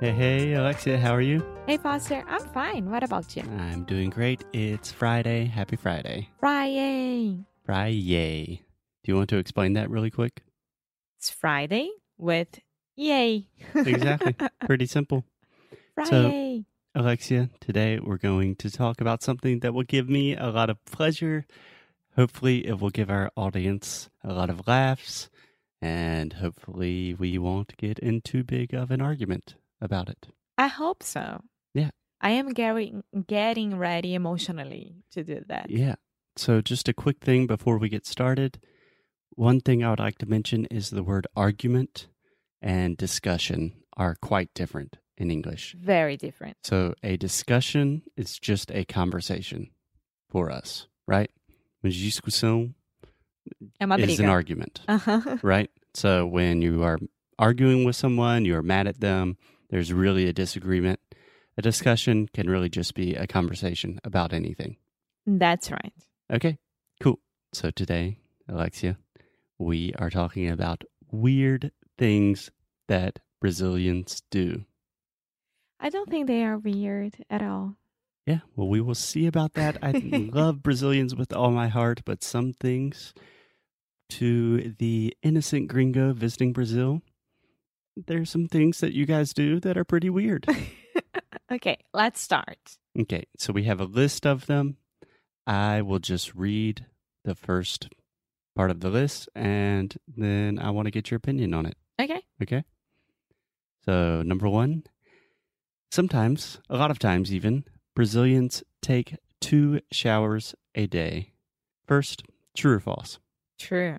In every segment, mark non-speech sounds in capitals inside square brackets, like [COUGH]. Hey, hey, Alexia, how are you? Hey, Foster, I'm fine. What about you? I'm doing great. It's Friday. Happy Friday. Friday. Friday. Do you want to explain that really quick? It's Friday with yay. [LAUGHS] [LAUGHS] Exactly. Pretty simple. Friday. Alexia, today we're going to talk about something that will give me a lot of pleasure. Hopefully, it will give our audience a lot of laughs, and hopefully, we won't get in too big of an argument about it. I hope so. Yeah. I am getting getting ready emotionally to do that. Yeah. So, just a quick thing before we get started. One thing I would like to mention is the word argument and discussion are quite different in English. Very different. So, a discussion is just a conversation for us, right? Uma discussão É uma is an Ah, briga. argument, Uh-huh. [LAUGHS] right? So, when you are arguing with someone, you are mad at them, there's really a disagreement. A discussion can really just be a conversation about anything. That's right. Okay, cool. So today, Alexia, we are talking about weird things that Brazilians do. I don't think they are weird at all. [LAUGHS] Yeah, well, we will see about that. I love Brazilians with all my heart, but some things to the innocent gringo visiting Brazil, there's some things that you guys do that are pretty weird. okay, let's start. Okay, so we have a list of them. I will just read the first part of the list and then I want to get your opinion on it. Okay. Okay. So, number one, sometimes, a lot of times even, Brazilians take two showers a day. First, true or false? True.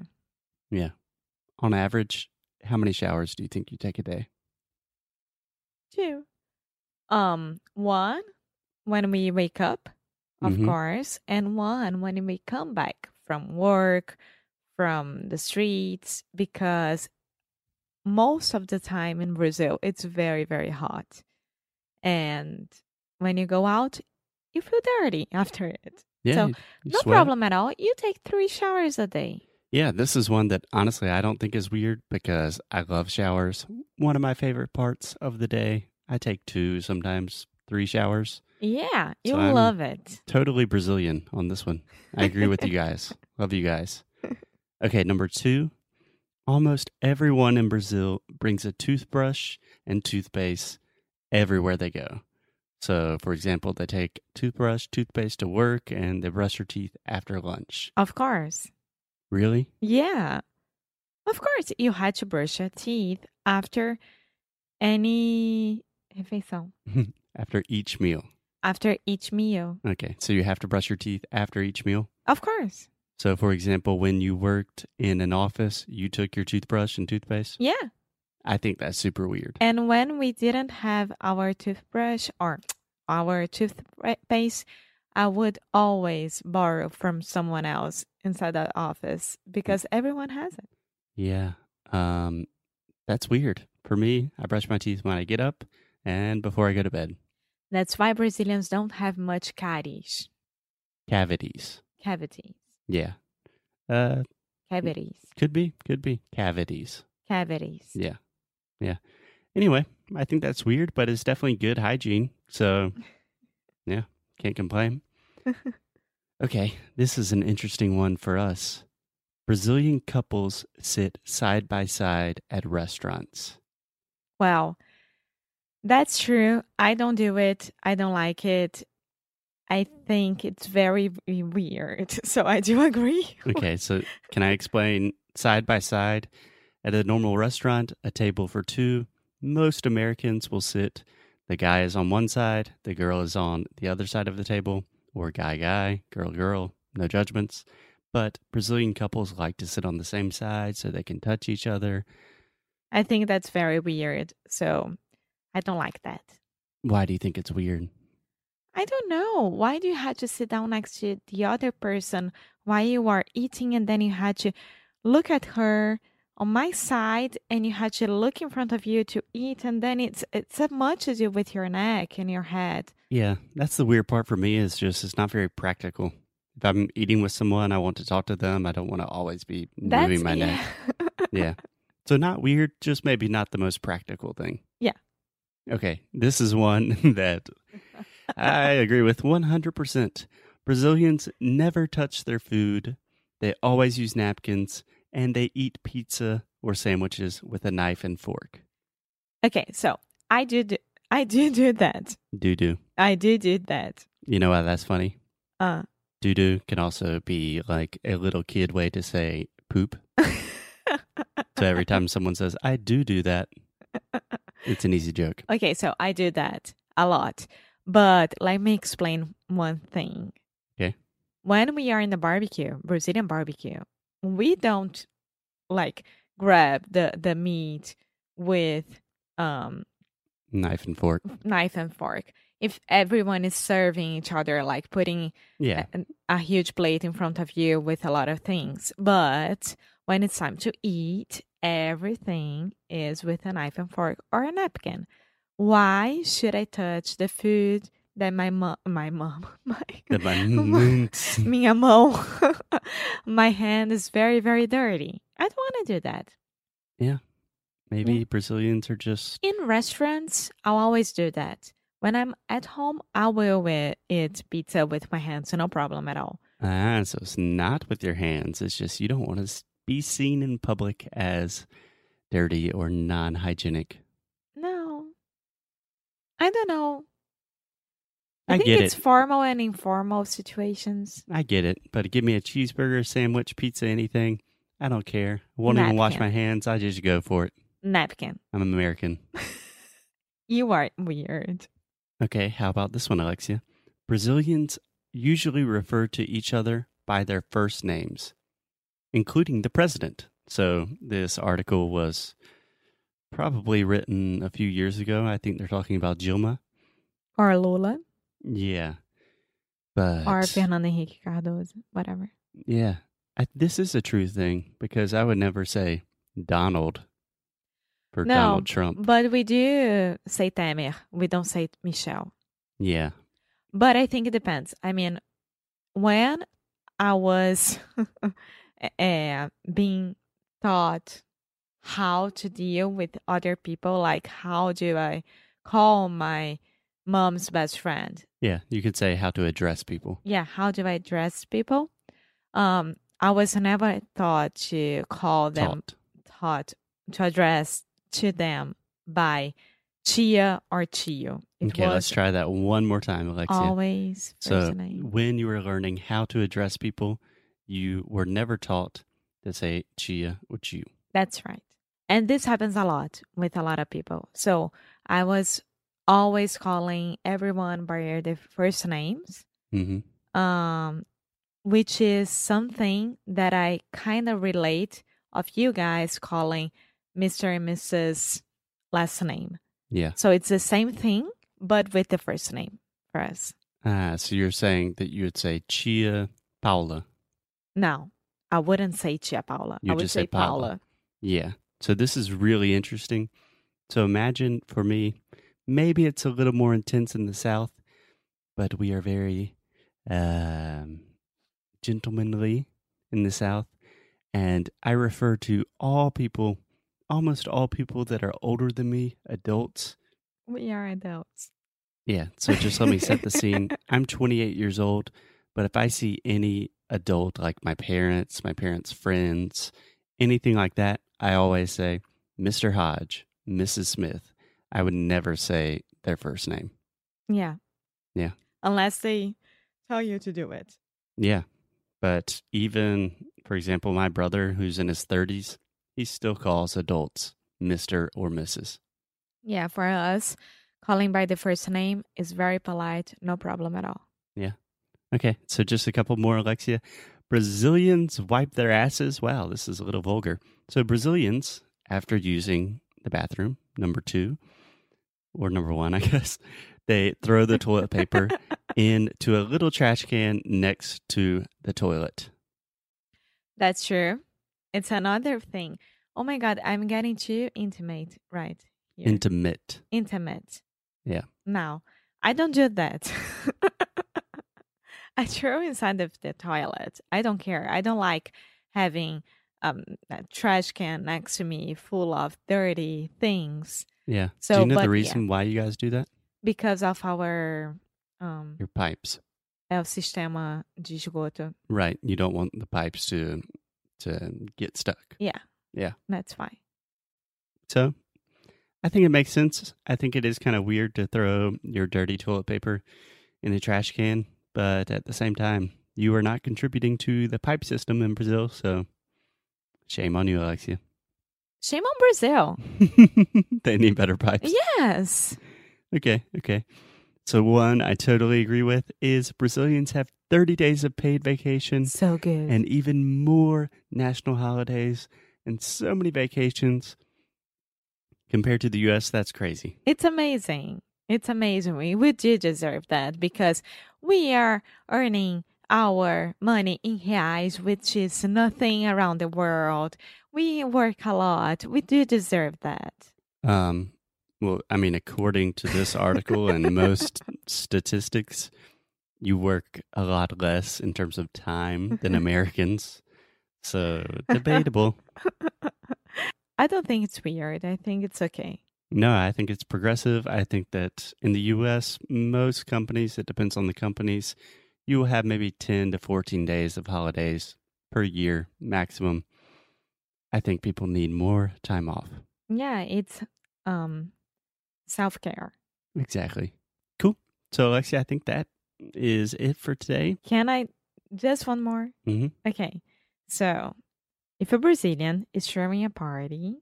On average, how many showers do you think you take a day? Two. Um, one when we wake up, of Mhm. course, and one when we come back from work, from the streets, because most of the time in Brazil it's very, very hot. And when you go out, you feel dirty [LAUGHS] after it. Yeah. So, you- you no sweat. problem at all. You take three showers a day. Yeah, this is one that honestly I don't think is weird because I love showers. One of my favorite parts of the day. I take two, sometimes three showers. Yeah, you So I'm- love it. Totally Brazilian on this one. I agree with you guys. Love you guys. Okay, number two. Almost everyone in Brazil brings a toothbrush and toothpaste everywhere they go. So, for example, they take toothbrush, toothpaste to work, and they brush their teeth after lunch. Of course. Really? Yeah. Of course, you had to brush your teeth after any refeição, After each meal. after each meal. Okay, so you have to brush your teeth after each meal. Of course. So, for example, when you worked in an office, you took your toothbrush and toothpaste. Yeah. I think that's super weird. And when we didn't have our toothbrush or our toothpaste, I would always borrow from someone else inside the office because everyone has it. Yeah, um, that's weird. For me, I brush my teeth when I get up and before I go to bed. That's why Brazilians don't have much caries, Cavities. cavities, Yeah, uh, cavities, could be, could be cavities. cavities. Yeah, yeah. Anyway, I think that's weird, but it's definitely good hygiene. So, yeah, can't complain. Okay, this is an interesting one for us. Brazilian couples sit side by side at restaurants. Well, that's true. I don't do it. I don't like it. I think it's very w- weird. [LAUGHS] So I do agree. Okay, so can I explain side by side? At a normal restaurant, a table for two, most Americans will sit. The guy is on one side, the girl is on the other side of the table, or guy, guy, girl, girl, no judgments. But Brazilian couples like to sit on the same side so they can touch each other. I think that's very weird. So I don't like that. Why do you think it's weird? I don't know. Why do you have to sit down next to the other person while you are eating and then you had to look at her on my side and you had to look in front of you to eat and then it's it submerges you with your neck and your head. Yeah, that's the weird part for me is just it's not very practical. If I'm eating with someone, I want to talk to them. I don't want to always be That's moving my neck. [LAUGHS] yeah. [LAUGHS] Yeah. So not weird, just maybe not the most practical thing. Yeah. Okay, this is one [LAUGHS] that I agree with 100%. Brazilians never touch their food. They always use napkins and they eat pizza or sandwiches with a knife and fork. Okay, so I do, do I do do that. Doo doo. I do do that. You know why that's funny? Uh, Doo doo can also be like a little kid way to say poop. So every time someone says, I do do that, it's an easy joke. okay, so I do that a lot. But let me explain one thing. Okay. When we are in the barbecue, Brazilian barbecue, we don't like grab the the meat with um Knife and fork. knife and fork. If everyone is serving each other, like putting [LAUGHS] Yeah. an- a huge plate in front of you with a lot of things. But when it's time to eat, everything is with a knife and fork or a napkin. Why should I touch the food that my mom, my mom, [LAUGHS] my, That my [LAUGHS] my, moons- minha mão, [LAUGHS] my hand is very, very dirty? I don't want to do that. [LAUGHS] Maybe Brazilians are just In restaurants, I'll always do that. When I'm at home, I will uh, eat pizza with my hands, no problem at all. ah, so it's not with your hands. It's just you don't want to be seen in public as dirty or non hygienic. No. I don't know. I think get it's it. formal and informal situations. I get it, but give me a cheeseburger, sandwich, pizza, anything. I don't care. I won't even wash Napkin. my hands. I just go for it. Napkin. [LAUGHS] I'm American. You are weird. Okay, how about this one, Alexia? Brazilians usually refer to each other by their first names, including the president. So this article was probably written a few years ago. I think they're talking about Dilma. Or Lula. Yeah. But Or Fernando Henrique Cardoso. Whatever. yeah, I, this is a true thing because I would never say Donald for No, Donald Trump. But we do say Temer. We don't say Michel. Yeah. But I think it depends. I mean, when I was [LAUGHS] uh, being taught how to deal with other people, like how do I call my mom's best friend? Yeah. You could say how to address people. Yeah, how do I address people? Um, I was never taught to call them Taught. taught to address to them by Chia or Chio. It Okay, let's was try that one more time, Alexia. always first So, name. when you were learning how to address people, you were never taught to say chia or chiu. That's right. And this happens a lot with a lot of people. So I was always calling everyone by their first names, hmm um, which is something that I kind of relate of you guys calling Mr. and Mrs. last name. Yeah. So it's the same thing, but with the first name for us. Ah, so you're saying that you would say chia Paula. Now, I wouldn't say Chia Paula. You I would just say say Paula. Paula. Yeah. So this is really interesting. So imagine for me, maybe it's a little more intense in the South, but we are very um, gentlemanly in the South. And I refer to all people, almost all people that are older than me, adults. We are adults. Yeah. So just let me set the scene. I'm 28 years old, but if I see any adult, like my parents, my parents' friends, anything like that, I always say, Mr. Hodge, Mrs. Smith. I would never say their first name. Yeah. Yeah. Unless they tell you to do it. Yeah. But even, for example, my brother who's in his 30s, he still calls adults Mr. or Mrs. Yeah, for us, calling by the first name is very polite, no problem at all. Okay, so just a couple more, Alexia. Brazilians wipe their asses. Wow, this is a little vulgar. So, Brazilians, after using the bathroom, number two, or number one, [LAUGHS] I guess, they throw the toilet [LAUGHS] paper into a little trash can next to the toilet. That's true. It's another thing. Oh my God, I'm getting too intimate right here. Intimate. intimate. Yeah. Now, I don't do that. [LAUGHS] I throw inside of the toilet. I don't care. I don't like having um, a trash can next to me full of dirty things. Yeah. So, do you know but, the yeah. reason why you guys do that? because of our um Your pipes. é o sistema de esgoto. Right. You don't want the pipes to to get stuck. Yeah. Yeah. That's fine. So I think it makes sense. I think it is kind of weird to throw your dirty toilet paper in the trash can, but at the same time, you are not contributing to the pipe system in Brazil, so shame on you, Alexia. [LAUGHS] Shame on Brazil. they need better pipes. Yes. Okay, okay. So one I totally agree with is Brazilians have 30 days of paid vacation So good. and even more national holidays and so many vacations compared to the US. That's crazy. It's amazing. It's amazing. We, we do deserve that because we are earning our money in reais, which is nothing around the world. We work a lot. We do deserve that. Um, well, I mean, according to this article and most statistics, you work a lot less in terms of time than Americans. So debatable. I don't think it's weird. I think it's okay. No, I think it's progressive. I think that in the US, most companies, it depends on the companies, you will have maybe 10 to 14 days of holidays per year maximum. I think people need more time off. Yeah, it's um self care. Exactly. Cool. So, Alexia, I think that is it for today. Can I just one more? Mhm. Okay. So, if a Brazilian is throwing a party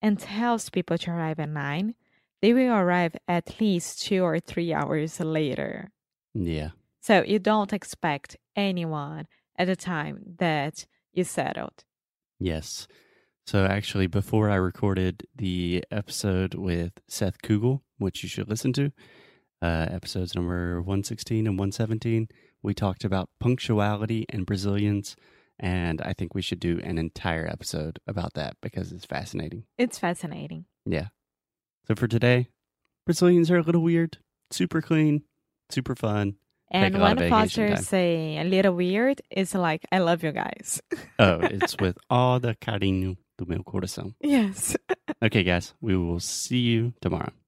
and tells people to arrive at nine, they will arrive at least two or three hours later. Yeah. So, you don't expect anyone at the time that you settled. Yes. So actually, before I recorded the episode with Seth Kugel, which you should listen to, uh, episodes number 116 and 117, we talked about punctuality and Brazilians. And I think we should do an entire episode about that because it's fascinating. It's fascinating. So for today, Brazilians are a little weird, super clean, super fun. Take a And lot of when vacation time. pastors say a little weird, it's like, I love you guys. [LAUGHS] Oh, it's with all the carinho do meu coração. yes. Okay, guys, we will see you tomorrow.